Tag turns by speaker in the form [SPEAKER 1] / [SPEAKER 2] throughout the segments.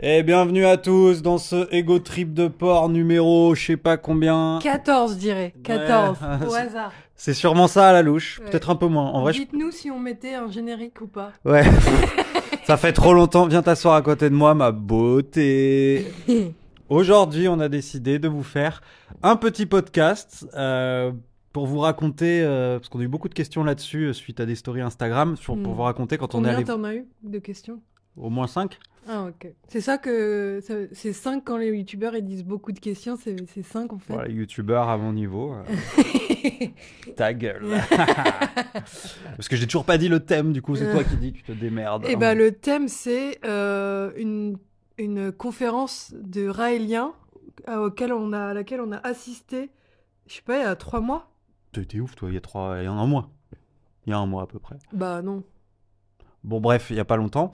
[SPEAKER 1] Et bienvenue à tous dans ce Ego Trip de porc numéro je sais pas combien.
[SPEAKER 2] 14, je dirais. 14,
[SPEAKER 1] Hein Ouais.
[SPEAKER 2] au hasard.
[SPEAKER 1] C'est sûrement ça à la louche,
[SPEAKER 2] Ouais.
[SPEAKER 1] peut-être un peu moins. En vrai, je-
[SPEAKER 2] Dites-nous si on mettait un générique ou pas.
[SPEAKER 1] ouais. ça fait trop longtemps. Viens t'asseoir à côté de moi, ma beauté. Aujourd'hui, on a décidé de vous faire un petit podcast euh, pour vous raconter, euh, parce qu'on a eu beaucoup de questions là-dessus euh, suite à des stories Instagram, sur-
[SPEAKER 2] Mm.
[SPEAKER 1] pour vous raconter quand on est
[SPEAKER 2] Combien
[SPEAKER 1] allé
[SPEAKER 2] t'en as eu de questions
[SPEAKER 1] au moins 5
[SPEAKER 2] Ah, ok. C'est ça que. ça- C'est 5 quand les youtubeurs ils disent beaucoup de questions, c'est 5 en fait.
[SPEAKER 1] Voilà, youtubeur à mon niveau. euh. Ta gueule. Parce que j'ai toujours pas dit le thème, du coup, c'est toi qui dis, tu te démerdes.
[SPEAKER 2] Et ben le thème c'est euh, une, une conférence de Raélien à, auquel on a, à laquelle on a assisté, je sais pas, il y a 3 mois
[SPEAKER 1] T'es- T'es ouf, toi, il y a trois, il y a un mois. Il y a un mois à peu près.
[SPEAKER 2] Bah non.
[SPEAKER 1] Bon, bref, il y a pas longtemps.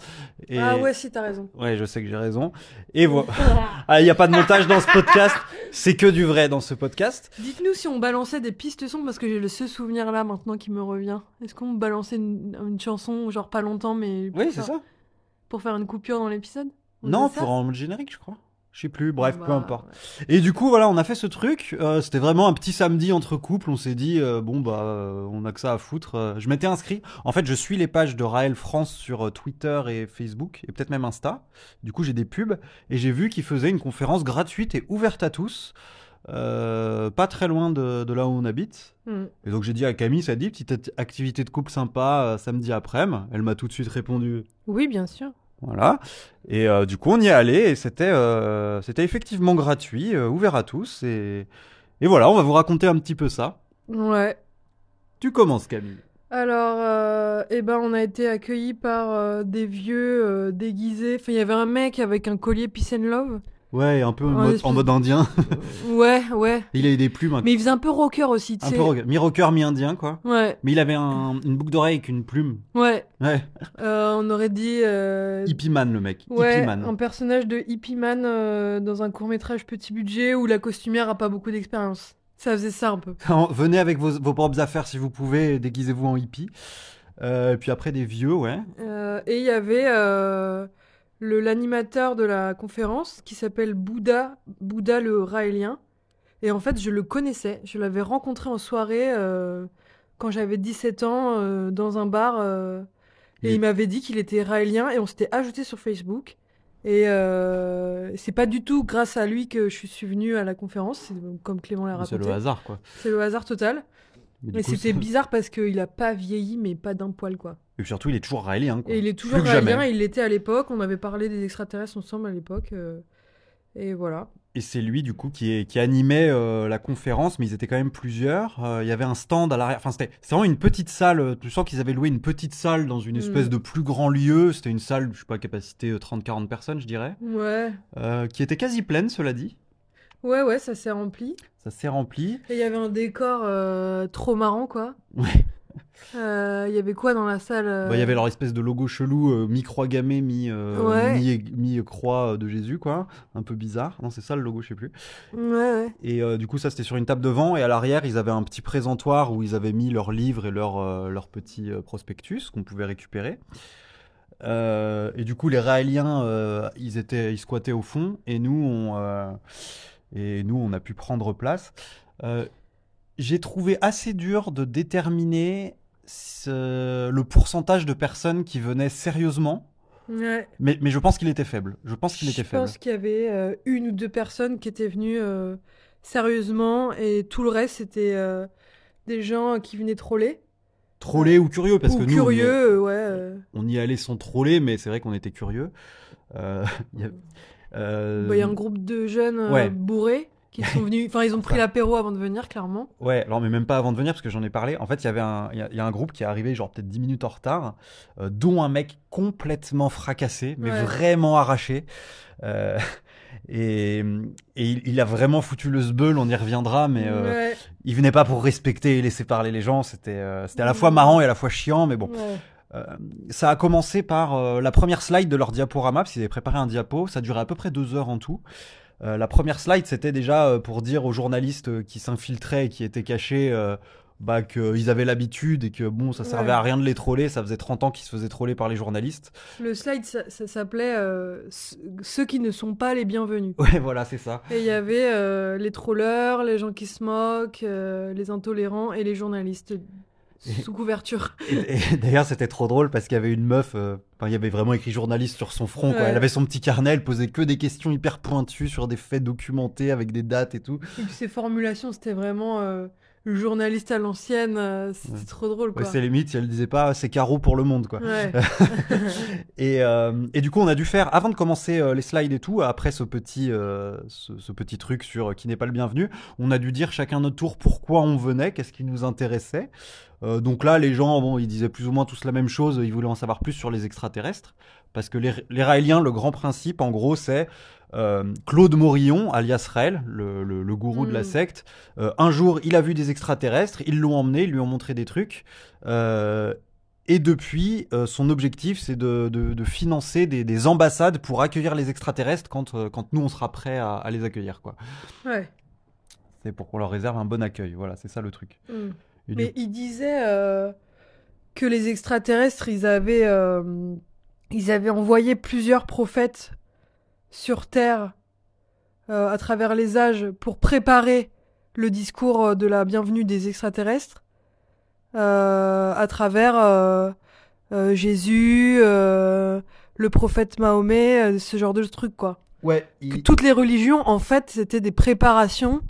[SPEAKER 1] Et...
[SPEAKER 2] Ah ouais, si, t'as raison.
[SPEAKER 1] Ouais, je sais que j'ai raison. Et voilà. Ah, il n'y a pas de montage dans ce podcast. C'est que du vrai dans ce podcast.
[SPEAKER 2] Dites-nous si on balançait des pistes son parce que j'ai le ce souvenir là maintenant qui me revient. Est-ce qu'on balançait une, une chanson genre pas longtemps mais pour
[SPEAKER 1] Oui, c'est
[SPEAKER 2] faire-
[SPEAKER 1] ça.
[SPEAKER 2] pour faire une coupure dans l'épisode On
[SPEAKER 1] Non,
[SPEAKER 2] faisait ça
[SPEAKER 1] pour un générique, je crois. Je sais plus, bref, peu
[SPEAKER 2] Bah,
[SPEAKER 1] importe.
[SPEAKER 2] ouais.
[SPEAKER 1] Et du coup, voilà, on a fait ce truc. Euh, C'était vraiment un petit samedi entre couples. On s'est dit, euh, bon, bah, euh, on a que ça à foutre. Euh, je m'étais inscrit. En fait, je suis les pages de Raël France sur euh, Twitter et Facebook, et peut-être même Insta. Du coup, j'ai des pubs. Et j'ai vu qu'il faisait une conférence gratuite et ouverte à tous, euh, pas très loin de, de là où on habite.
[SPEAKER 2] Mm.
[SPEAKER 1] Et donc, j'ai dit à Camille, ça dit, petite at- activité de couple sympa euh, samedi après-midi. Elle m'a tout de suite répondu.
[SPEAKER 2] Oui, bien sûr.
[SPEAKER 1] Voilà. Et euh, du coup, on y est allé et c'était euh, c'était effectivement gratuit, euh, ouvert à tous. Et, et voilà, on va vous raconter un petit peu ça.
[SPEAKER 2] Ouais.
[SPEAKER 1] Tu commences, Camille.
[SPEAKER 2] Alors, euh, eh ben, on a été accueillis par euh, des vieux euh, déguisés. Enfin, il y avait un mec avec un collier Peace and Love.
[SPEAKER 1] Ouais, un peu en
[SPEAKER 2] Ouais,
[SPEAKER 1] mode,
[SPEAKER 2] espèce
[SPEAKER 1] en mode indien.
[SPEAKER 2] ouais, ouais.
[SPEAKER 1] il avait des plumes, un,
[SPEAKER 2] Mais il faisait un peu rocker aussi, tu
[SPEAKER 1] un
[SPEAKER 2] sais.
[SPEAKER 1] peu rocker- mi-rocker, mi-indien, quoi.
[SPEAKER 2] Ouais,
[SPEAKER 1] Mais il avait un- une boucle d'oreille avec une plume.
[SPEAKER 2] ouais.
[SPEAKER 1] Ouais,
[SPEAKER 2] Euh, on aurait dit. euh,
[SPEAKER 1] hippie man, le mec.
[SPEAKER 2] Ouais,
[SPEAKER 1] hippie man.
[SPEAKER 2] un personnage de hippie man euh, dans un court métrage petit budget où la costumière a pas beaucoup d'expérience. Ça faisait ça un peu.
[SPEAKER 1] Venez avec vos, vos propres affaires si vous pouvez, déguisez-vous en hippie. Euh, puis après, des vieux, ouais.
[SPEAKER 2] Euh, et il y avait euh, le l'animateur de la conférence qui s'appelle Bouddha, Bouddha le Raélien. Et en fait, je le connaissais. Je l'avais rencontré en soirée euh, quand j'avais 17 ans euh, dans un bar. euh, et
[SPEAKER 1] Il-
[SPEAKER 2] il m'avait dit qu'il était raélien et on s'était ajouté sur Facebook. Et euh, c'est pas du tout grâce à lui que je suis venue à la conférence, c'est comme Clément l'a
[SPEAKER 1] C'est
[SPEAKER 2] raconté.
[SPEAKER 1] le hasard, quoi.
[SPEAKER 2] C'est le hasard total.
[SPEAKER 1] Mais du
[SPEAKER 2] Mais
[SPEAKER 1] coup,
[SPEAKER 2] c'était
[SPEAKER 1] c'est-
[SPEAKER 2] bizarre parce qu'il a pas vieilli, mais pas d'un poil, quoi.
[SPEAKER 1] Et surtout, il est toujours raélien, quoi.
[SPEAKER 2] Et il est toujours
[SPEAKER 1] Plus que
[SPEAKER 2] raélien,
[SPEAKER 1] jamais.
[SPEAKER 2] il l'était à l'époque, on avait parlé des extraterrestres ensemble à l'époque, euh, et voilà.
[SPEAKER 1] Et c'est lui, du coup, qui, est- qui animait euh, la conférence, mais ils étaient quand même plusieurs. Euh, Il y avait un stand à l'arrière. Enfin, c'était c'est vraiment une petite salle. Tu sens qu'ils avaient loué une petite salle dans une espèce
[SPEAKER 2] Mm.
[SPEAKER 1] de plus grand lieu. C'était une salle, je sais pas, capacité euh, 30-40 personnes, je dirais,
[SPEAKER 2] Ouais,
[SPEAKER 1] euh, qui était quasi pleine, cela dit.
[SPEAKER 2] ouais, ouais, ça s'est rempli.
[SPEAKER 1] Ça s'est rempli.
[SPEAKER 2] Et il y avait un décor euh, trop marrant, quoi.
[SPEAKER 1] Ouais.
[SPEAKER 2] Euh, Il y avait quoi dans la salle euh,
[SPEAKER 1] Bah, Il y avait leur espèce de logo chelou, euh, mi-croix gammée, mi, euh,
[SPEAKER 2] Ouais.
[SPEAKER 1] mi- mi-croix euh, de Jésus, quoi. Un peu bizarre. Non, c'est ça le logo, je sais plus.
[SPEAKER 2] Ouais, ouais.
[SPEAKER 1] Et euh, du coup, ça, c'était sur une table devant. Et à l'arrière, ils avaient un petit présentoir où ils avaient mis leurs livres et leurs euh, leurs petits euh, prospectus qu'on pouvait récupérer. Euh, et du coup, les Raéliens, euh, ils étaient, ils squattaient au fond. Et nous, on, euh, et nous, on a pu prendre place. Euh, J'ai trouvé assez dur de déterminer ce- le pourcentage de personnes qui venaient sérieusement.
[SPEAKER 2] Ouais.
[SPEAKER 1] Mais, mais je pense qu'il était faible. Je pense qu'il
[SPEAKER 2] Je
[SPEAKER 1] était faible.
[SPEAKER 2] pense qu'il y avait euh, une ou deux personnes qui étaient venues euh, sérieusement, et tout le reste, c'était euh, des gens qui venaient troller.
[SPEAKER 1] Trollé ou curieux, parce
[SPEAKER 2] ou
[SPEAKER 1] que nous, on y est-
[SPEAKER 2] curieux, euh, ouais. euh.
[SPEAKER 1] on y allait sans troller, mais c'est vrai qu'on était curieux. Euh, il y a- euh,
[SPEAKER 2] Bah, Il y a un groupe de jeunes euh,
[SPEAKER 1] ouais.
[SPEAKER 2] bourrés qui sont venus. Enfin, ils ont pris l'apéro avant de venir, clairement.
[SPEAKER 1] Ouais, alors mais même pas avant de venir parce que j'en ai parlé. En fait, il y avait un, il y a- il y a un groupe qui est arrivé genre peut-être 10 minutes en retard, euh, dont un mec complètement fracassé, mais
[SPEAKER 2] Ouais.
[SPEAKER 1] vraiment arraché. Euh, et et il, il a vraiment foutu le sbeul, on y reviendra, mais euh,
[SPEAKER 2] Ouais,
[SPEAKER 1] il venait pas pour respecter et laisser parler les gens. C'était euh, c'était à la fois marrant et à la fois chiant, mais bon.
[SPEAKER 2] ouais.
[SPEAKER 1] Euh, ça a commencé par euh, la première slide de leur diaporama, parce qu'ils avaient préparé un diapo, ça durait à peu près deux heures en tout. Euh, la première slide, c'était déjà euh, pour dire aux journalistes euh, qui s'infiltraient et qui étaient cachés, euh, bah, qu'ils avaient l'habitude et que bon, ça servait
[SPEAKER 2] Ouais.
[SPEAKER 1] à rien de les troller. Ça faisait 30 ans qu'ils se faisaient troller par les journalistes.
[SPEAKER 2] Le slide, ça, ça s'appelait euh, ce- Ceux qui ne sont pas les bienvenus.
[SPEAKER 1] Ouais, voilà, c'est ça.
[SPEAKER 2] Et il y avait euh, les trollers, les gens qui se moquent, euh, les intolérants et les journalistes sous couverture.
[SPEAKER 1] Et, et d'ailleurs, c'était trop drôle parce qu'il y avait une meuf, euh, enfin, il y avait vraiment écrit journaliste sur son front. Quoi.
[SPEAKER 2] Ouais.
[SPEAKER 1] Elle avait son petit carnet, elle posait que des questions hyper pointues sur des faits documentés avec des dates et tout.
[SPEAKER 2] Et puis ces formulations, c'était vraiment euh, le journaliste à l'ancienne. euh, c'était
[SPEAKER 1] Ouais.
[SPEAKER 2] trop drôle,
[SPEAKER 1] Ouais,
[SPEAKER 2] quoi.
[SPEAKER 1] c'est limite, si elle disait pas c'est carreau pour le monde. quoi.
[SPEAKER 2] Ouais.
[SPEAKER 1] Et, euh, et du coup, on a dû faire, avant de commencer euh, les slides et tout, après ce petit, euh, ce, ce petit truc sur euh, qui n'est pas le bienvenu, on a dû dire chacun notre tour pourquoi on venait, qu'est-ce qui nous intéressait. Euh, donc là, les gens, bon, ils disaient plus ou moins tous la même chose, ils voulaient en savoir plus sur les extraterrestres. Parce que les, les Raéliens, le grand principe, en gros, c'est euh, Claude Morillon, alias Raël, le, le- le gourou de la
[SPEAKER 2] Mm.
[SPEAKER 1] secte. euh, un jour, il a vu des extraterrestres, ils l'ont emmené, ils lui ont montré des trucs. Euh, et depuis, euh, son objectif, c'est de, de- de financer des, des ambassades pour accueillir les extraterrestres quand, euh, quand nous, on sera prêts à, à les accueillir. quoi.
[SPEAKER 2] ouais.
[SPEAKER 1] C'est pour qu'on leur réserve un bon accueil. Voilà, c'est ça le truc.
[SPEAKER 2] Mm.
[SPEAKER 1] Et du
[SPEAKER 2] Mais il disait euh, que les extraterrestres, ils avaient, euh, ils avaient envoyé plusieurs prophètes sur Terre euh, à travers les âges pour préparer le discours euh, de la bienvenue des extraterrestres euh, à travers euh, euh, Jésus, euh, le prophète Mahomet, euh, ce genre de truc, quoi.
[SPEAKER 1] Ouais,
[SPEAKER 2] Que
[SPEAKER 1] il-
[SPEAKER 2] toutes les religions, en fait, c'était des préparations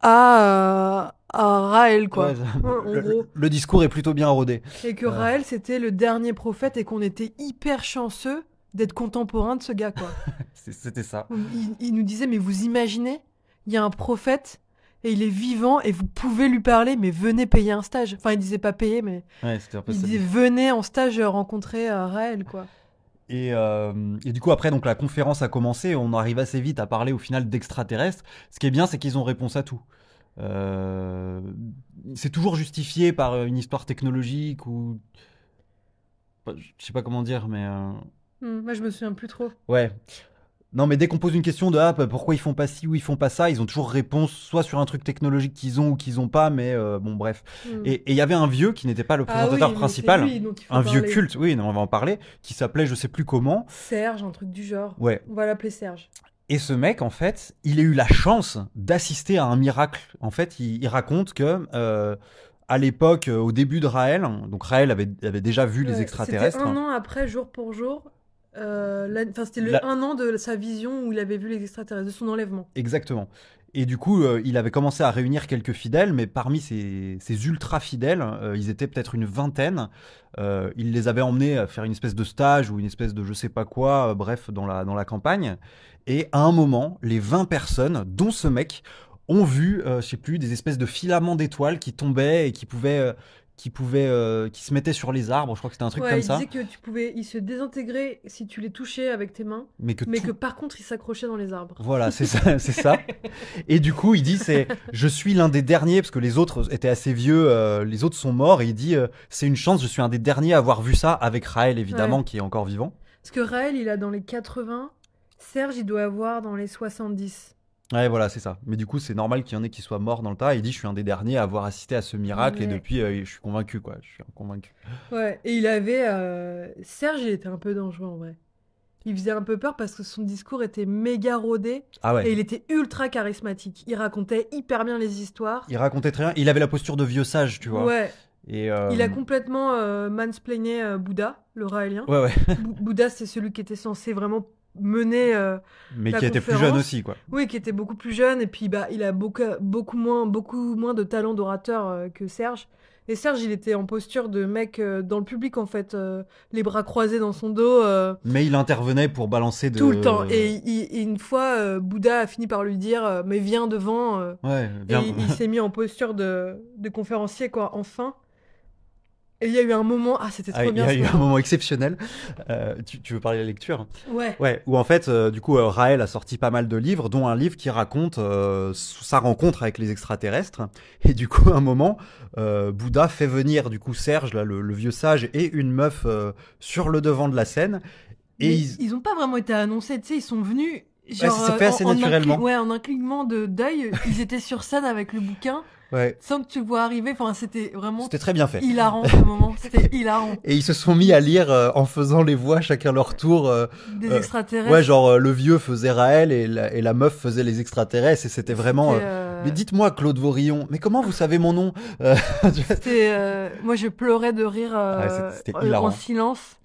[SPEAKER 2] à, euh, à Raël, quoi.
[SPEAKER 1] ouais, ça-
[SPEAKER 2] en
[SPEAKER 1] le,
[SPEAKER 2] gros.
[SPEAKER 1] le discours est plutôt bien rodé.
[SPEAKER 2] Et que
[SPEAKER 1] Euh.
[SPEAKER 2] Raël, c'était le dernier prophète et qu'on était hyper chanceux d'être contemporain de ce gars, quoi.
[SPEAKER 1] C'est- C'était ça.
[SPEAKER 2] il, il nous disait, mais vous imaginez, il y a un prophète et il est vivant et vous pouvez lui parler, mais venez payer un stage. Enfin, il disait pas payer, mais
[SPEAKER 1] Ouais, c'était un peu
[SPEAKER 2] il
[SPEAKER 1] ça.
[SPEAKER 2] disait venez en stage rencontrer euh, Raël, quoi.
[SPEAKER 1] Et, euh, et du coup, après, donc la conférence a commencé. On arrive assez vite à parler au final d'extraterrestres. Ce qui est bien, c'est qu'ils ont réponse à tout. Euh, c'est toujours justifié par euh, une histoire technologique ou. Bah, Je sais pas comment dire, mais. euh,
[SPEAKER 2] Hmm, moi, je me souviens plus trop.
[SPEAKER 1] Ouais. Non, mais dès qu'on pose une question de ah, p- pourquoi ils font pas ci ou ils font pas ça, ils ont toujours réponse, soit sur un truc technologique qu'ils ont ou qu'ils ont pas, mais euh, bon, bref.
[SPEAKER 2] Hmm.
[SPEAKER 1] Et et il y avait un vieux qui n'était pas le
[SPEAKER 2] Ah oui,
[SPEAKER 1] présentateur
[SPEAKER 2] mais c'est
[SPEAKER 1] principal,
[SPEAKER 2] lui, donc il faut
[SPEAKER 1] un vieux
[SPEAKER 2] parler.
[SPEAKER 1] culte, oui, non, on va en parler, qui s'appelait je sais plus comment.
[SPEAKER 2] Serge, un truc du genre.
[SPEAKER 1] Ouais,
[SPEAKER 2] On va l'appeler Serge.
[SPEAKER 1] et ce mec, en fait, il a eu la chance d'assister à un miracle. En fait, il, il raconte que euh, à l'époque, euh, au début de Raël, donc Raël avait, avait déjà vu les
[SPEAKER 2] Ouais,
[SPEAKER 1] extraterrestres. hein.
[SPEAKER 2] C'était un an après, jour pour jour. euh, la- Enfin, c'était le
[SPEAKER 1] La-
[SPEAKER 2] un an de sa vision où il avait vu les extraterrestres, de son enlèvement.
[SPEAKER 1] Exactement. Et du coup, euh, il avait commencé à réunir quelques fidèles, mais parmi ces, ces ultra fidèles, euh, ils étaient peut-être une vingtaine. Euh, il les avait emmenés à faire une espèce de stage ou une espèce de je sais pas quoi, euh, bref, dans la, dans la campagne. Et à un moment, les 20 personnes, dont ce mec, ont vu, euh, je sais plus, des espèces de filaments d'étoiles qui tombaient et qui pouvaient, euh, qui pouvaient, euh, qui se mettaient sur les arbres. Je crois que c'était un truc
[SPEAKER 2] Ouais,
[SPEAKER 1] comme
[SPEAKER 2] il
[SPEAKER 1] ça,
[SPEAKER 2] disait que tu pouvais, il se désintégrait si tu les touchais avec tes mains,
[SPEAKER 1] mais que
[SPEAKER 2] mais
[SPEAKER 1] tout-
[SPEAKER 2] que par contre, il s'accrochait dans les arbres.
[SPEAKER 1] Voilà, c'est ça, c'est ça. Et du coup, il dit c'est je suis l'un des derniers parce que les autres étaient assez vieux, euh, les autres sont morts et il dit euh, c'est une chance, je suis un des derniers à avoir vu ça avec Raël évidemment qui est encore vivant.
[SPEAKER 2] Parce que Raël, il a dans les 80, Serge, il doit avoir dans les 70.
[SPEAKER 1] Ouais, voilà, c'est ça. Mais du coup, c'est normal qu'il y en ait qui soient morts dans le tas. Il dit je suis un des derniers à avoir assisté à ce miracle et
[SPEAKER 2] Ouais.
[SPEAKER 1] depuis euh, je suis convaincu quoi, je suis convaincu.
[SPEAKER 2] Ouais, et il avait. euh, Serge, il était un peu dangereux en vrai. Il faisait un peu peur parce que son discours était méga rodé
[SPEAKER 1] Ah ouais.
[SPEAKER 2] et
[SPEAKER 1] Il...
[SPEAKER 2] il était ultra charismatique. Il racontait hyper bien les histoires.
[SPEAKER 1] racontait très bien, il avait la posture de vieux sage, tu vois.
[SPEAKER 2] Ouais,
[SPEAKER 1] Et euh,
[SPEAKER 2] il a complètement euh, mansplainé euh, Bouddha, le Raélien.
[SPEAKER 1] Ouais ouais,
[SPEAKER 2] Bou- Bouddha, c'est celui qui était censé vraiment mener. euh,
[SPEAKER 1] mais
[SPEAKER 2] La
[SPEAKER 1] qui était plus
[SPEAKER 2] conférence.
[SPEAKER 1] jeune aussi quoi.
[SPEAKER 2] Oui, qui était beaucoup plus jeune et puis bah il a beaucoup beaucoup moins beaucoup moins de talent d'orateur euh, que Serge. Et Serge, il était en posture de mec euh, dans le public en fait, euh, les bras croisés dans son dos euh,
[SPEAKER 1] Mais il intervenait pour balancer de
[SPEAKER 2] tout le temps. Et, il- et une fois, euh, Bouddha a fini par lui dire euh, mais viens devant. euh.
[SPEAKER 1] Ouais,
[SPEAKER 2] et
[SPEAKER 1] bien.
[SPEAKER 2] il, il s'est mis en posture de, de conférencier quoi, enfin. Et il y a eu un moment, ah c'était trop
[SPEAKER 1] Ah, il y
[SPEAKER 2] bien.
[SPEAKER 1] a
[SPEAKER 2] ce
[SPEAKER 1] eu un
[SPEAKER 2] moment.
[SPEAKER 1] moment exceptionnel. Euh, tu, tu veux parler de la lecture
[SPEAKER 2] Ouais.
[SPEAKER 1] Ouais, où en fait, euh, du coup, euh, Raël a sorti pas mal de livres, dont un livre qui raconte euh, sa rencontre avec les extraterrestres. Et du coup, à un moment, euh, Bouddha fait venir du coup Serge, là, le, le vieux sage, et une meuf euh, sur le devant de la scène. Et
[SPEAKER 2] Mais
[SPEAKER 1] ils-
[SPEAKER 2] ils ont pas vraiment été annoncés, tu sais, ils sont venus. Genre,
[SPEAKER 1] ça s'est fait
[SPEAKER 2] euh,
[SPEAKER 1] assez
[SPEAKER 2] en- en un
[SPEAKER 1] naturellement.
[SPEAKER 2] cli- ouais, en un clignement de d'œil, ils étaient sur scène avec le bouquin
[SPEAKER 1] Ouais.
[SPEAKER 2] sans que tu le vois arriver. Enfin, c'était vraiment
[SPEAKER 1] C'était très bien fait.
[SPEAKER 2] hilarant ce moment. C'était hilarant.
[SPEAKER 1] Et ils se sont mis à lire euh, en faisant les voix chacun leur tour. euh,
[SPEAKER 2] Des
[SPEAKER 1] Euh,
[SPEAKER 2] extraterrestres.
[SPEAKER 1] ouais, genre euh, le vieux faisait Raël et la, et la meuf faisait les extraterrestres. Et c'était vraiment.
[SPEAKER 2] C'était,
[SPEAKER 1] euh,
[SPEAKER 2] euh,
[SPEAKER 1] Mais dites-moi, Claude Vaurillon, mais comment vous savez mon nom Euh, tu vois,
[SPEAKER 2] c'était, euh, moi, je pleurais de rire euh,
[SPEAKER 1] Ah ouais, c'était- c'était
[SPEAKER 2] euh,
[SPEAKER 1] hilarant.
[SPEAKER 2] en silence.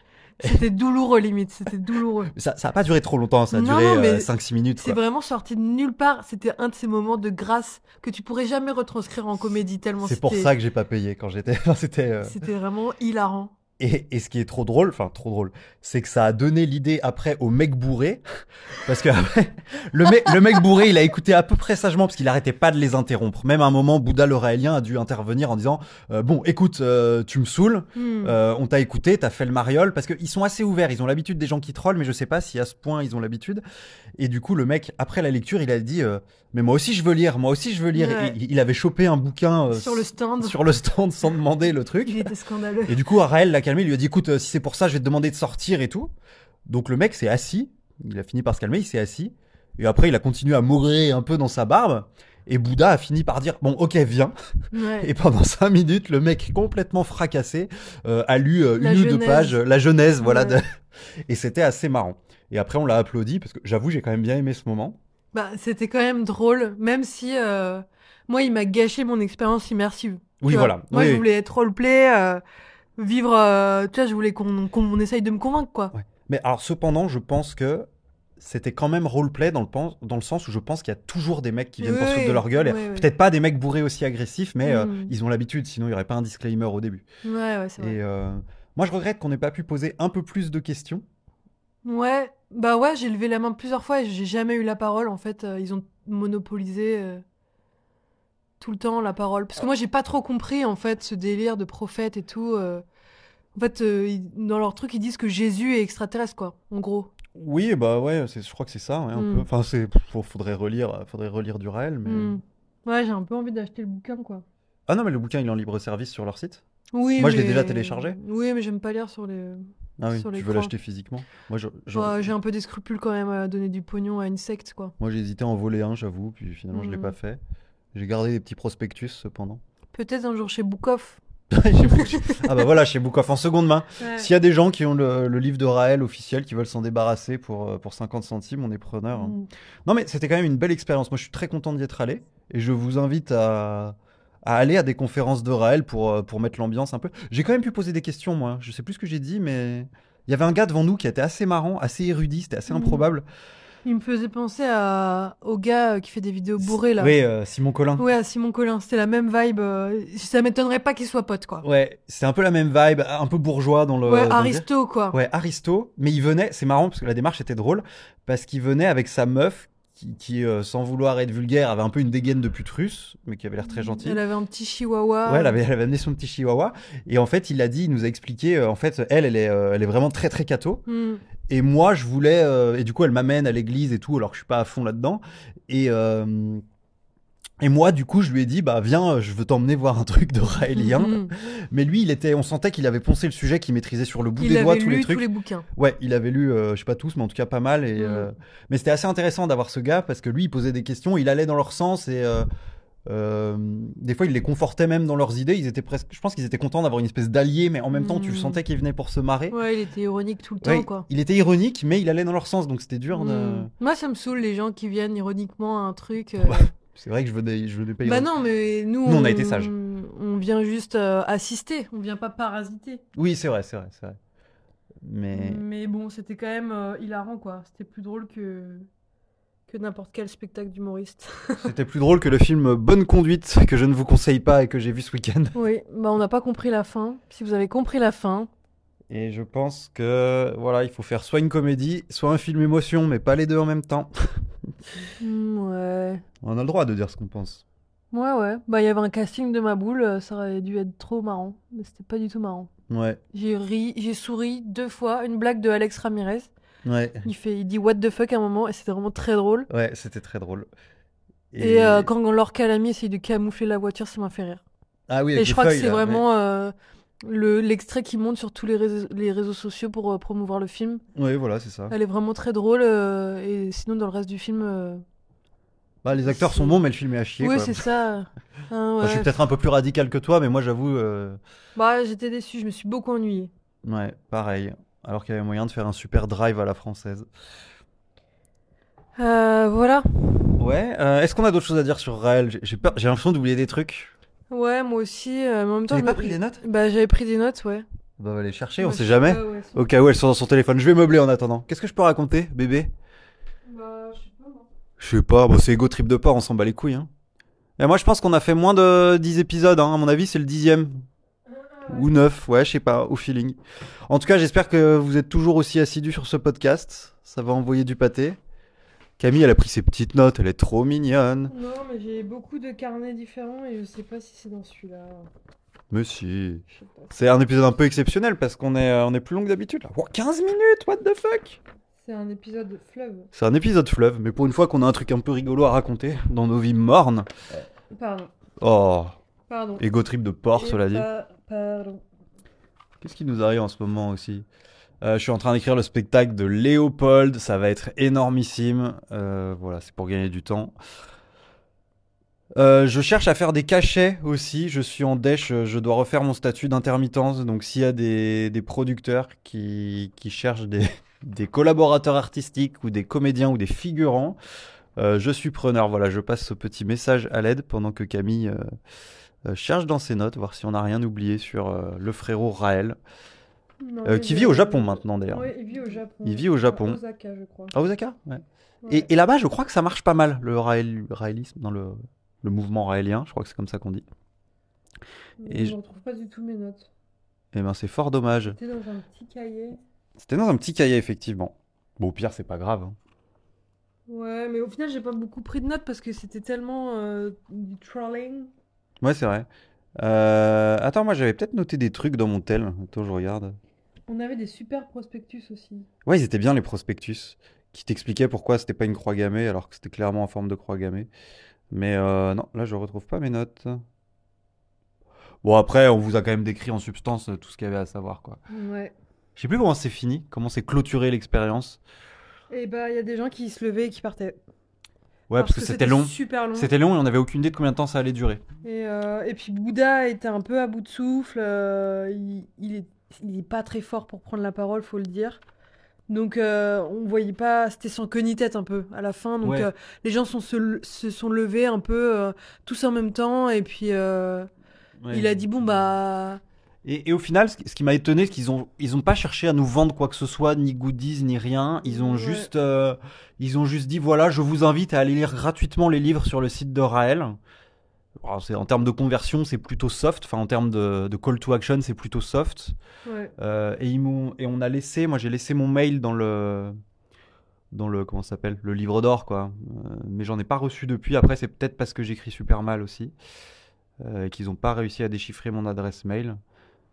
[SPEAKER 2] C'était douloureux, limite. C'était douloureux.
[SPEAKER 1] Ça n'a pas duré trop longtemps, ça a
[SPEAKER 2] Non,
[SPEAKER 1] duré
[SPEAKER 2] non, mais
[SPEAKER 1] 5-6 minutes.
[SPEAKER 2] C'est
[SPEAKER 1] Quoi.
[SPEAKER 2] vraiment sorti de nulle part. C'était un de ces moments de grâce que tu pourrais jamais retranscrire en comédie tellement
[SPEAKER 1] C'est pour
[SPEAKER 2] c'était-
[SPEAKER 1] ça que j'ai pas payé quand j'étais. enfin, c'était. euh,
[SPEAKER 2] C'était vraiment hilarant.
[SPEAKER 1] Et, et ce qui est trop drôle, enfin trop drôle, c'est que ça a donné l'idée après au mec bourré, parce que après, le, mec- le mec bourré, il a écouté à peu près sagement parce qu'il arrêtait pas de les interrompre. Même à un moment, Bouddha le Raélien a dû intervenir en disant euh, bon, écoute, euh, tu me saoules,
[SPEAKER 2] Hmm.
[SPEAKER 1] euh, on t'a écouté, t'as fait le mariole, parce qu'ils sont assez ouverts, ils ont l'habitude des gens qui trollent, mais je sais pas si à ce point ils ont l'habitude. Et du coup, le mec après la lecture, il a dit euh, mais moi aussi je veux lire, moi aussi je veux lire.
[SPEAKER 2] Ouais.
[SPEAKER 1] Et Il, il avait chopé un bouquin euh,
[SPEAKER 2] Sur le stand,
[SPEAKER 1] sur le stand sans demander le truc.
[SPEAKER 2] il était scandaleux.
[SPEAKER 1] Et du coup, Raël l'a calmé, il lui a dit écoute, euh, si c'est pour ça, je vais te demander de sortir et tout. Donc le mec s'est assis, il a fini par se calmer, il s'est assis. Et après, il a continué à mourir un peu dans sa barbe. Et Bouddha a fini par dire bon, ok, viens.
[SPEAKER 2] Ouais.
[SPEAKER 1] Et pendant cinq minutes, le mec complètement fracassé euh, a lu euh,
[SPEAKER 2] La
[SPEAKER 1] une ou deux
[SPEAKER 2] Genèse.
[SPEAKER 1] pages, euh, la Genèse, voilà. de-
[SPEAKER 2] Ouais.
[SPEAKER 1] Et c'était assez marrant. Et après, on l'a applaudi parce que j'avoue, j'ai quand même bien aimé ce moment.
[SPEAKER 2] Bah, c'était quand même drôle, même si euh, moi, il m'a gâché mon expérience immersive.
[SPEAKER 1] Oui,
[SPEAKER 2] Tu vois.
[SPEAKER 1] voilà.
[SPEAKER 2] Moi,
[SPEAKER 1] Oui,
[SPEAKER 2] je
[SPEAKER 1] oui.
[SPEAKER 2] voulais être roleplay, euh, vivre. euh, tu vois, je voulais qu'on qu'on essaye de me convaincre, quoi.
[SPEAKER 1] Mais alors, cependant, je pense que c'était quand même roleplay dans le, pen- dans le sens où je pense qu'il y a toujours des mecs qui viennent
[SPEAKER 2] Oui,
[SPEAKER 1] pour se foutre de leur gueule. et
[SPEAKER 2] oui, oui.
[SPEAKER 1] Peut-être pas des mecs bourrés aussi agressifs, mais euh,
[SPEAKER 2] Mm.
[SPEAKER 1] ils ont l'habitude, sinon il n'y aurait pas un disclaimer au début.
[SPEAKER 2] Ouais, ouais, c'est vrai.
[SPEAKER 1] Et euh, moi, je regrette qu'on n'ait pas pu poser un peu plus de questions.
[SPEAKER 2] Ouais, bah ouais, j'ai levé la main plusieurs fois et j'ai jamais eu la parole. En fait, euh, ils ont monopolisé euh, tout le temps la parole. Parce que moi, j'ai pas trop compris, en fait, ce délire de prophète et tout. euh. En fait, euh, ils- dans leur truc, ils disent que Jésus est extraterrestre, quoi, en gros.
[SPEAKER 1] Oui, bah ouais, c'est- je crois que c'est ça, ouais, un
[SPEAKER 2] Mm.
[SPEAKER 1] peu. Enfin, c'est, faut- faudrait relire, faudrait relire du réel, mais.
[SPEAKER 2] Hmm. Ouais, j'ai un peu envie d'acheter le bouquin, quoi.
[SPEAKER 1] Ah non, mais le bouquin, il est en libre service sur leur site.
[SPEAKER 2] Oui,
[SPEAKER 1] Moi, je l'ai
[SPEAKER 2] mais-
[SPEAKER 1] déjà téléchargé.
[SPEAKER 2] Oui, mais j'aime pas lire sur les.
[SPEAKER 1] Ah oui,
[SPEAKER 2] Sur
[SPEAKER 1] tu veux
[SPEAKER 2] l'écran.
[SPEAKER 1] l'acheter physiquement Moi, je- j'en-
[SPEAKER 2] Bah, j'ai un peu des scrupules quand même à donner du pognon à une secte, quoi.
[SPEAKER 1] moi, j'ai hésité à en voler un, j'avoue, puis finalement, je l'ai
[SPEAKER 2] Mm.
[SPEAKER 1] pas fait. J'ai gardé des petits prospectus, cependant.
[SPEAKER 2] Peut-être un jour chez Boukoff.
[SPEAKER 1] J'ai beaucoup- ah bah voilà, chez Boukoff en seconde main. S'il y a des gens qui ont le, le livre de Raël officiel, qui veulent s'en débarrasser pour, euh, pour 50 centimes, on est preneur. hein.
[SPEAKER 2] Hmm.
[SPEAKER 1] Non, mais c'était quand même une belle expérience. Moi, je suis très content d'y être allé. Et je vous invite à, à aller à des conférences de Raël pour, euh, pour mettre l'ambiance un peu. J'ai quand même pu poser des questions, moi. Je sais plus ce que j'ai dit, mais il y avait un gars devant nous qui était assez marrant, assez érudit, c'était assez
[SPEAKER 2] Mhm.
[SPEAKER 1] improbable.
[SPEAKER 2] Il me faisait penser à... au gars euh, qui fait des vidéos bourrées, là.
[SPEAKER 1] Oui, euh, Simon Collin.
[SPEAKER 2] Ouais, à Simon Collin, c'était la même vibe. euh, Ça m'étonnerait pas qu'il soit pote, quoi.
[SPEAKER 1] Ouais, c'était un peu la même vibe, un peu bourgeois dans le.
[SPEAKER 2] Ouais,
[SPEAKER 1] dans le-
[SPEAKER 2] Aristo, quoi.
[SPEAKER 1] Ouais, Aristo, mais il venait, c'est marrant parce que la démarche était drôle, parce qu'il venait avec sa meuf qui, qui, euh, sans vouloir être vulgaire, avait un peu une dégaine de pute russe, mais qui avait l'air très gentille.
[SPEAKER 2] Mmh, Elle avait un petit chihuahua.
[SPEAKER 1] Ouais, elle avait, elle avait amené son petit chihuahua. Et en fait, il a dit, il nous a expliqué, euh, en fait, elle, elle est, euh, elle est vraiment très très catho.
[SPEAKER 2] Hmm.
[SPEAKER 1] Et moi, je voulais, euh, et du coup, elle m'amène à l'église et tout, alors que je suis pas à fond là-dedans. Et, euh, et moi, du coup, je lui ai dit, bah viens, euh, je veux t'emmener voir un truc de raélien.
[SPEAKER 2] Hmm.
[SPEAKER 1] Mais lui, il était, on sentait qu'il avait poncé le sujet, qu'il maîtrisait sur le bout
[SPEAKER 2] Il
[SPEAKER 1] des
[SPEAKER 2] avait
[SPEAKER 1] doigts
[SPEAKER 2] lu
[SPEAKER 1] tous les trucs.
[SPEAKER 2] tous les bouquins.
[SPEAKER 1] Ouais, il avait lu, euh, je sais pas tous, mais en tout cas pas mal. Et,
[SPEAKER 2] Mm.
[SPEAKER 1] euh, Mais c'était assez intéressant d'avoir ce gars parce que lui, il posait des questions, il allait dans leur sens et euh, euh, des fois, il les confortait même dans leurs idées. Ils étaient presque, je pense qu'ils étaient contents d'avoir une espèce d'allié, mais en même temps, tu
[SPEAKER 2] Mm.
[SPEAKER 1] sentais qu'il venait pour se marrer.
[SPEAKER 2] Ouais, il était ironique tout le
[SPEAKER 1] Ouais,
[SPEAKER 2] temps, quoi.
[SPEAKER 1] il était ironique, mais il allait dans leur sens, donc c'était dur. de-
[SPEAKER 2] Hmm. Moi, ça me saoule les gens qui viennent ironiquement à un truc. euh,
[SPEAKER 1] Bah, C'est vrai que je venais, je venais pas.
[SPEAKER 2] Bah
[SPEAKER 1] ironique.
[SPEAKER 2] non, mais nous,
[SPEAKER 1] Nous, on a été sages.
[SPEAKER 2] On vient juste euh, assister, on vient pas parasiter.
[SPEAKER 1] Oui, c'est vrai, c'est vrai, c'est vrai. Mais
[SPEAKER 2] Mais bon, c'était quand même euh, hilarant, quoi. C'était plus drôle que, que n'importe quel spectacle d'humoriste.
[SPEAKER 1] c'était plus drôle que le film Bonne conduite que je ne vous conseille pas et que j'ai vu ce week-end.
[SPEAKER 2] oui, bah on n'a pas compris la fin. Si vous avez compris la fin,
[SPEAKER 1] Et je pense que voilà, il faut faire soit une comédie, soit un film émotion, mais pas les deux en même temps.
[SPEAKER 2] hmm, ouais.
[SPEAKER 1] On a le droit de dire ce qu'on pense.
[SPEAKER 2] Ouais, ouais. Bah, il y avait un casting de ma boule, euh, ça aurait dû être trop marrant. Mais c'était pas du tout marrant.
[SPEAKER 1] Ouais,
[SPEAKER 2] J'ai ri, j'ai souri deux fois. Une blague de Alex Ramirez.
[SPEAKER 1] ouais,
[SPEAKER 2] Il, fait, il dit what the fuck à un moment et c'était vraiment très drôle.
[SPEAKER 1] ouais, c'était très drôle.
[SPEAKER 2] Et, euh, quand Lorca Lamy essaye de camoufler la voiture, ça m'a fait rire.
[SPEAKER 1] ah oui,
[SPEAKER 2] Et,
[SPEAKER 1] avec les
[SPEAKER 2] je crois que
[SPEAKER 1] feuilles,
[SPEAKER 2] c'est
[SPEAKER 1] là,
[SPEAKER 2] vraiment euh, le l'extrait qui monte sur tous les réseaux, les réseaux sociaux pour euh, promouvoir le film.
[SPEAKER 1] Ouais, Ouais, voilà, c'est ça.
[SPEAKER 2] Elle est vraiment très drôle. euh, et sinon, dans le reste du film, euh,
[SPEAKER 1] Bah, les acteurs sont bons, mais le film est à chier.
[SPEAKER 2] oui,
[SPEAKER 1] quoi.
[SPEAKER 2] euh, c'est ça. Hein,
[SPEAKER 1] Enfin, je suis
[SPEAKER 2] ouais.
[SPEAKER 1] peut-être un peu plus radical que toi, mais moi, j'avoue, euh,
[SPEAKER 2] Bah, j'étais déçue, je me suis beaucoup ennuyée.
[SPEAKER 1] ouais, pareil. Alors qu'il y avait moyen de faire un super drive à la française.
[SPEAKER 2] Euh, voilà.
[SPEAKER 1] Ouais. euh, Est-ce qu'on a d'autres choses à dire sur Raël J'ai- J'ai peur- j'ai l'impression d'oublier des trucs.
[SPEAKER 2] Ouais, moi aussi. euh, mais en même temps,
[SPEAKER 1] T'avais
[SPEAKER 2] je
[SPEAKER 1] pas
[SPEAKER 2] me-
[SPEAKER 1] pris des notes
[SPEAKER 2] Bah, j'avais pris des notes, ouais.
[SPEAKER 1] Bah, on va les chercher, on
[SPEAKER 2] Bah,
[SPEAKER 1] sait
[SPEAKER 2] je
[SPEAKER 1] jamais.
[SPEAKER 2] pas, ouais, c'est-
[SPEAKER 1] Au cas où elles sont dans son téléphone. Je vais meubler en attendant. Qu'est-ce que je peux raconter, bébé
[SPEAKER 2] Bah, je sais pas, moi.
[SPEAKER 1] Je sais pas, bon, c'est Ego Trip de porc, on s'en bat les couilles. Hein. Et moi, je pense qu'on a fait moins de 10 épisodes, hein. à mon avis, c'est le dixième. Ou neuf, ouais, je sais pas, au feeling. En tout cas, j'espère que vous êtes toujours aussi assidus sur ce podcast. Ça va envoyer du pâté. Camille, elle a pris ses petites notes, elle est trop mignonne.
[SPEAKER 2] Non, mais j'ai beaucoup de carnets différents et je sais pas si c'est dans celui-là.
[SPEAKER 1] Mais si.
[SPEAKER 2] Je sais pas.
[SPEAKER 1] C'est un épisode un peu exceptionnel parce qu'on est, euh, on est plus long que d'habitude. là. Ouah, 15 minutes, what the fuck
[SPEAKER 2] C'est un épisode de fleuve.
[SPEAKER 1] C'est un épisode fleuve, mais pour une fois qu'on a un truc un peu rigolo à raconter dans nos vies mornes.
[SPEAKER 2] Pardon.
[SPEAKER 1] Oh,
[SPEAKER 2] Pardon.
[SPEAKER 1] Ego Trip de porc,
[SPEAKER 2] Et
[SPEAKER 1] cela dit.
[SPEAKER 2] pas- Pardon.
[SPEAKER 1] Qu'est-ce qui nous arrive en ce moment aussi Euh, Je suis en train d'écrire le spectacle de Léopold, ça va être énormissime. Euh, voilà, c'est pour gagner du temps. Euh, je cherche à faire des cachets aussi. Je suis en dèche, euh, je dois refaire mon statut d'intermittence. Donc, s'il y a des, des producteurs qui, qui cherchent des, des collaborateurs artistiques ou des comédiens ou des figurants, euh, je suis preneur. Voilà, je passe ce petit message à l'aide pendant que Camille euh, euh, cherche dans ses notes, voir si on n'a rien oublié sur euh, le frérot Raël.
[SPEAKER 2] Non,
[SPEAKER 1] Euh,
[SPEAKER 2] mais
[SPEAKER 1] qui
[SPEAKER 2] j'ai-
[SPEAKER 1] vit au Japon maintenant d'ailleurs.
[SPEAKER 2] Ouais, il vit au Japon.
[SPEAKER 1] Il vit au Japon.
[SPEAKER 2] À Osaka, je crois.
[SPEAKER 1] À Osaka ouais.
[SPEAKER 2] Ouais.
[SPEAKER 1] Et, et là-bas, je crois que ça marche pas mal, le Raël, raélisme, dans le, le mouvement raélien, je crois que c'est comme ça qu'on dit.
[SPEAKER 2] Mais
[SPEAKER 1] je-
[SPEAKER 2] je ne retrouve pas du tout mes notes.
[SPEAKER 1] Et ben c'est fort dommage.
[SPEAKER 2] C'était dans un petit cahier.
[SPEAKER 1] C'était dans un petit cahier, effectivement. Bon, au pire, c'est pas grave. hein.
[SPEAKER 2] Ouais, mais au final, j'ai pas beaucoup pris de notes parce que c'était tellement euh, du trolling.
[SPEAKER 1] Ouais, c'est vrai. Euh, attends, moi j'avais peut-être noté des trucs dans mon tel. Attends, je regarde.
[SPEAKER 2] On avait des super prospectus aussi.
[SPEAKER 1] Ouais, ils étaient bien les prospectus qui t'expliquaient pourquoi c'était pas une croix gammée alors que c'était clairement en forme de croix gammée. Mais euh, non, là je retrouve pas mes notes. Bon après, on vous a quand même décrit en substance euh, tout ce qu'il y avait à savoir quoi.
[SPEAKER 2] Ouais.
[SPEAKER 1] Je sais plus comment c'est fini, comment c'est clôturé l'expérience.
[SPEAKER 2] Et bah, il y a des gens qui se levaient et qui partaient. Ah,
[SPEAKER 1] Ouais, parce que c'était long.
[SPEAKER 2] Super long.
[SPEAKER 1] C'était long et on avait aucune idée de combien de temps ça allait durer.
[SPEAKER 2] Et, euh, et puis Bouddha était un peu à bout de souffle. euh, il, il est, il est pas très fort pour prendre la parole, faut le dire. Donc euh, on voyait pas, c'était sans queue ni tête un peu à la fin. Donc
[SPEAKER 1] Ouais.
[SPEAKER 2] euh, les gens sont se, se sont levés un peu euh, tous en même temps. Et puis euh, il a dit bon bah
[SPEAKER 1] Et, et au final, ce qui, ce qui m'a étonné, c'est qu'ils ont, ils ont pas cherché à nous vendre quoi que ce soit, ni goodies, ni rien. Ils ont
[SPEAKER 2] Ouais.
[SPEAKER 1] juste, euh, ils ont juste dit voilà, je vous invite à aller lire gratuitement les livres sur le site de Raël. Alors, c'est- En termes de conversion, c'est plutôt soft. Enfin, en termes de, de call to action, c'est plutôt soft.
[SPEAKER 2] ouais.
[SPEAKER 1] Euh, et ils m'ont, et on a laissé, moi j'ai laissé mon mail dans le, dans le comment ça s'appelle, le livre d'or quoi. Euh, mais j'en ai pas reçu depuis. Après, c'est peut-être parce que j'écris super mal aussi, euh, et qu'ils ont pas réussi à déchiffrer mon adresse mail.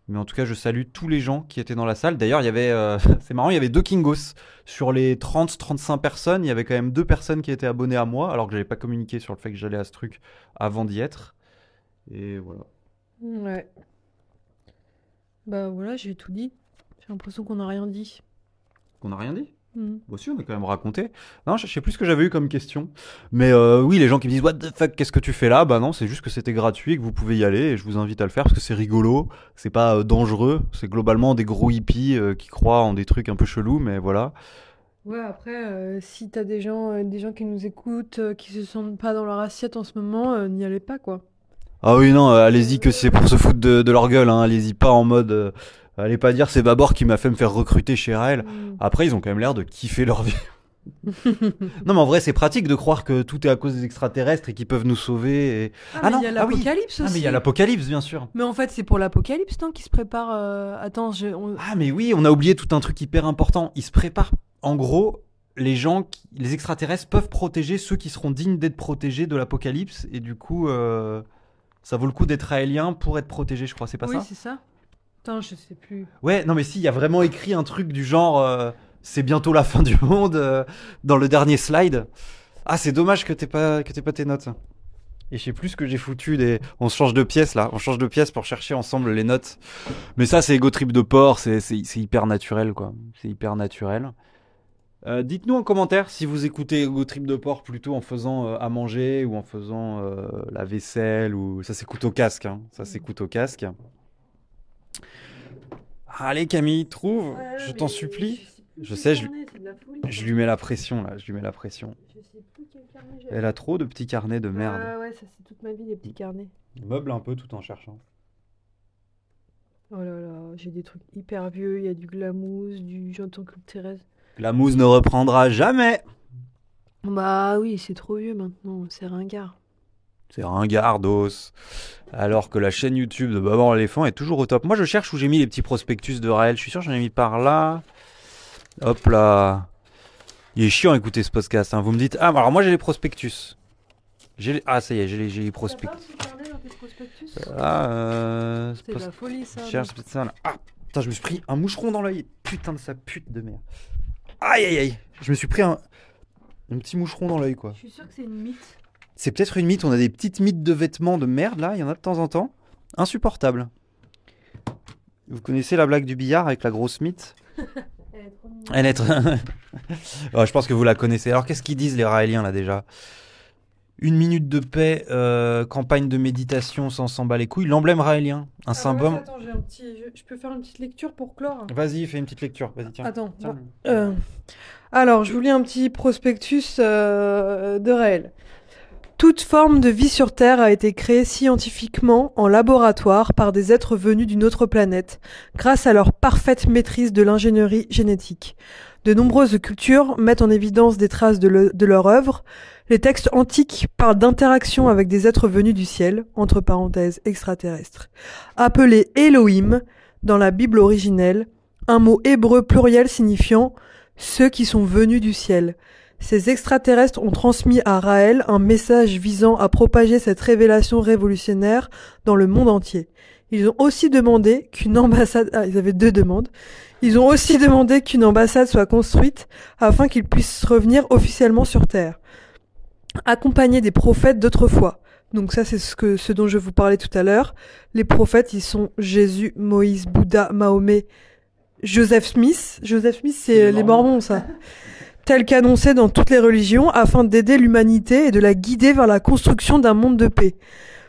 [SPEAKER 1] Mais en tout cas, je salue tous les gens qui étaient dans la salle. D'ailleurs, il y avait, euh, c'est marrant, il y avait deux Kingos. Sur les 30-35 personnes, il y avait quand même deux personnes qui étaient abonnées à moi, alors que j'avais pas communiqué sur le fait que j'allais à ce truc avant d'y être. Et voilà.
[SPEAKER 2] ouais. Bah voilà, j'ai tout dit. J'ai l'impression qu'on n'a rien dit.
[SPEAKER 1] On n'a rien dit
[SPEAKER 2] Hmm.
[SPEAKER 1] Bon, Bah si, on a quand même raconté. Non, je je sais plus ce que j'avais eu comme question. Mais euh, oui, les gens qui me disent What the fuck, qu'est-ce que tu fais là Bah non, c'est juste que c'était gratuit et que vous pouvez y aller. Et je vous invite à le faire parce que c'est rigolo, c'est pas euh, dangereux. C'est globalement des gros hippies euh, qui croient en des trucs un peu chelous, mais voilà.
[SPEAKER 2] Ouais, après, euh, si t'as des gens, euh, des gens qui nous écoutent, euh, qui se sentent pas dans leur assiette en ce moment, euh, n'y allez pas, quoi.
[SPEAKER 1] Ah oui, non, euh, allez-y que si c'est pour se foutre de, de leur gueule. hein. Allez-y pas en mode. euh, allez pas dire c'est Babor qui m'a fait me faire recruter chez Raël.
[SPEAKER 2] Mm.
[SPEAKER 1] Après, ils ont quand même l'air de kiffer leur vie. non, mais en vrai, c'est pratique de croire que tout est à cause des extraterrestres et qu'ils peuvent nous sauver. Et...
[SPEAKER 2] Ah,
[SPEAKER 1] Ah
[SPEAKER 2] mais
[SPEAKER 1] non,
[SPEAKER 2] il y a
[SPEAKER 1] ah oui.
[SPEAKER 2] l'apocalypse
[SPEAKER 1] Ah, mais il y a
[SPEAKER 2] aussi.
[SPEAKER 1] l'apocalypse, bien sûr.
[SPEAKER 2] Mais en fait, c'est pour l'apocalypse, non, qui se prépare. euh, Attends, je... on-
[SPEAKER 1] Ah mais oui, on a oublié tout un truc hyper important. Ils se préparent. En gros, les gens, qui- les extraterrestres peuvent protéger ceux qui seront dignes d'être protégés de l'apocalypse. Et du coup, euh, ça vaut le coup d'être raélien pour être protégé, je crois. C'est pas
[SPEAKER 2] oui,
[SPEAKER 1] ça
[SPEAKER 2] c'est ça. Putain, je sais plus.
[SPEAKER 1] Ouais, non mais si, il y a vraiment écrit un truc du genre euh, c'est bientôt la fin du monde euh, dans le dernier slide. Ah, c'est dommage que t'aies pas que t'aies pas tes notes. Et je sais plus ce que j'ai foutu des on se change de pièce là, on change de pièce pour chercher ensemble les notes. Mais ça c'est ego trip de porc, c'est c'est c'est hyper naturel quoi. C'est hyper naturel. Euh, Dites-nous en commentaire si vous écoutez Go Trip de Port plutôt en faisant euh, à manger ou en faisant euh, la vaisselle ou ça s'écoute au casque. hein. Ça s'écoute au casque. Allez Camille, trouve. je t'en supplie. Je sais, je Je lui mets la pression là. Je lui mets la pression.
[SPEAKER 2] hein. Je sais plus quel carnet j'ai.
[SPEAKER 1] Elle a trop de petits carnets de merde.
[SPEAKER 2] Ah ouais, ça c'est toute ma vie, les petits carnets.
[SPEAKER 1] Meuble un peu tout en cherchant.
[SPEAKER 2] Oh là là, j'ai des trucs hyper vieux, il y a du glamouze, du j'entends Club Thérèse.
[SPEAKER 1] La mousse ne reprendra jamais.
[SPEAKER 2] Bah oui, c'est trop vieux maintenant, c'est ringard.
[SPEAKER 1] C'est ringardos. Alors que la chaîne YouTube de Babar l'éléphant est toujours au top. Moi, je cherche où j'ai mis les petits prospectus de Raël. Je suis sûr que j'en ai mis par là. Hop là. Il est chiant à écouter ce podcast. hein. Vous me dites, ah, alors moi j'ai les prospectus. J'ai les- Ah, ça y est, j'ai les, j'ai les prospectus. Ah, euh, ce
[SPEAKER 2] C'est de
[SPEAKER 1] post-
[SPEAKER 2] la folie ça.
[SPEAKER 1] je cherche peut-être ça là. Ah, putain, je me suis pris un moucheron dans l'œil. Putain de sa pute de merde. Aïe, aïe, aïe. Je me suis pris un, un petit moucheron dans l'œil, quoi.
[SPEAKER 2] Je suis sûre que c'est une mythe.
[SPEAKER 1] C'est peut-être une mythe, on a des petites mythes de vêtements de merde là, il y en a de temps en temps. Insupportable. Vous connaissez la blague du billard avec la grosse mythe
[SPEAKER 2] Elle est trop mignonne.
[SPEAKER 1] Elle est très- Ouais, je pense que vous la connaissez. Alors qu'est-ce qu'ils disent les Raéliens là déjà Une minute de paix, euh, campagne de méditation sans s'en bat les couilles, l'emblème Raélien, un
[SPEAKER 2] Ah, mais
[SPEAKER 1] symbole.
[SPEAKER 2] là, attends, j'ai un petit... je, je peux faire une petite lecture pour clore
[SPEAKER 1] Vas-y, fais une petite lecture, vas-y tiens.
[SPEAKER 2] Attends.
[SPEAKER 1] Tiens.
[SPEAKER 2] bon, euh, alors, je vous lis un petit prospectus euh, de Raël. Toute forme de vie sur Terre a été créée scientifiquement en laboratoire par des êtres venus d'une autre planète, grâce à leur parfaite maîtrise de l'ingénierie génétique. De nombreuses cultures mettent en évidence des traces de, le- de leur œuvre. Les textes antiques parlent d'interaction avec des êtres venus du ciel, entre parenthèses extraterrestres. Appelé Elohim dans la Bible originelle, un mot hébreu pluriel signifiant ceux qui sont venus du ciel. Ces extraterrestres ont transmis à Raël un message visant à propager cette révélation révolutionnaire dans le monde entier. Ils ont aussi demandé qu'une ambassade, ah, ils avaient deux demandes. Ils ont aussi demandé qu'une ambassade soit construite afin qu'ils puissent revenir officiellement sur Terre. Accompagnés des prophètes d'autrefois. Donc ça, c'est ce que, ce dont je vous parlais tout à l'heure. Les prophètes, ils sont Jésus, Moïse, Bouddha, Mahomet, Joseph Smith. Joseph Smith, c'est euh, les Mormons, ça. Tel qu'annoncé dans toutes les religions, afin d'aider l'humanité et de la guider vers la construction d'un monde de paix.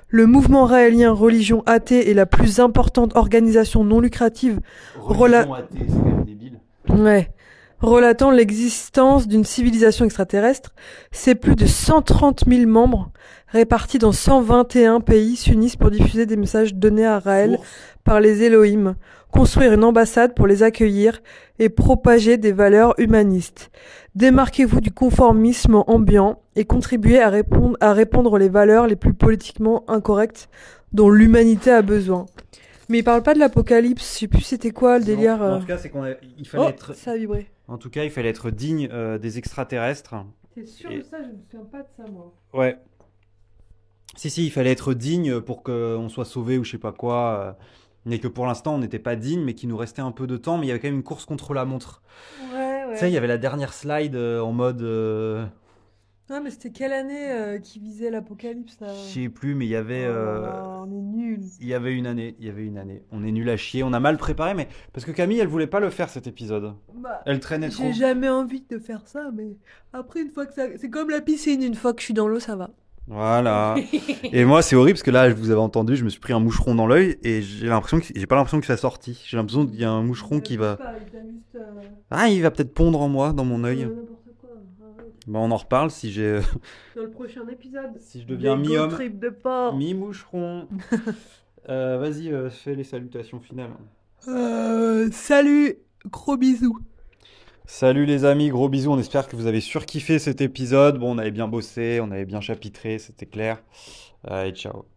[SPEAKER 2] Le mouvement raélien Religion athée est la plus importante organisation non lucrative Religion
[SPEAKER 1] athée, c'est quand même débile.
[SPEAKER 2] Ouais. Relatant l'existence d'une civilisation extraterrestre, ses plus de 130 000 membres, répartis dans 121 pays, s'unissent pour diffuser des messages donnés à
[SPEAKER 1] Oh.
[SPEAKER 2] Raël par les Elohim, construire une ambassade pour les accueillir et propager des valeurs humanistes. Démarquez-vous du conformisme ambiant et contribuez à répondre, à répandre les valeurs les plus politiquement incorrectes dont l'humanité a besoin. Mais il parle pas de l'apocalypse, je sais plus c'était quoi le délire. euh.
[SPEAKER 1] En tout cas, c'est qu'on a- il fallait
[SPEAKER 2] Oh,
[SPEAKER 1] être
[SPEAKER 2] ça a vibré.
[SPEAKER 1] en tout cas, il fallait être digne euh, des extraterrestres.
[SPEAKER 2] T'es sûr
[SPEAKER 1] Et- de
[SPEAKER 2] de ça Je me souviens pas de ça, moi.
[SPEAKER 1] Ouais. Si, si, il fallait être digne pour qu'on soit sauvé ou je sais pas quoi. euh, Mais que pour l'instant, on n'était pas digne, mais qu'il nous restait un peu de temps. Mais il y avait quand même une course contre la montre.
[SPEAKER 2] Ouais,
[SPEAKER 1] Tu sais, il
[SPEAKER 2] ouais.
[SPEAKER 1] y avait la dernière slide euh, en mode. euh,
[SPEAKER 2] Non, mais c'était quelle année euh, qui visait l'apocalypse, là
[SPEAKER 1] Je sais plus, mais il y avait.
[SPEAKER 2] Ah Oh
[SPEAKER 1] euh,
[SPEAKER 2] là là, on est nuls.
[SPEAKER 1] Il y avait une année, il y avait une année. On est nul à chier, on a mal préparé, mais. Parce que Camille, elle voulait pas le faire cet épisode.
[SPEAKER 2] Bah,
[SPEAKER 1] Elle traînait trop.
[SPEAKER 2] j'ai jamais envie de faire ça, mais après, une fois que ça. C'est comme la piscine, une fois que je suis dans l'eau, ça va.
[SPEAKER 1] Voilà. et moi, c'est horrible parce que là, je vous avais entendu, je me suis pris un moucheron dans l'œil et j'ai l'impression que j'ai pas l'impression que ça sorti. J'ai l'impression qu'il y a un moucheron qui va.
[SPEAKER 2] euh,
[SPEAKER 1] Ah, il va peut-être pondre en moi, dans mon
[SPEAKER 2] Mm.
[SPEAKER 1] œil. Bah, on en reparle si j'ai
[SPEAKER 2] Dans le prochain épisode.
[SPEAKER 1] si je deviens mi-homme,
[SPEAKER 2] trip de porc.
[SPEAKER 1] mi-moucheron. Euh, Vas-y, euh, fais les salutations finales.
[SPEAKER 2] Euh, salut, gros bisous.
[SPEAKER 1] Salut les amis, gros bisous. On espère que vous avez surkiffé cet épisode. Bon, on avait bien bossé, on avait bien chapitré, c'était clair. Euh, et ciao.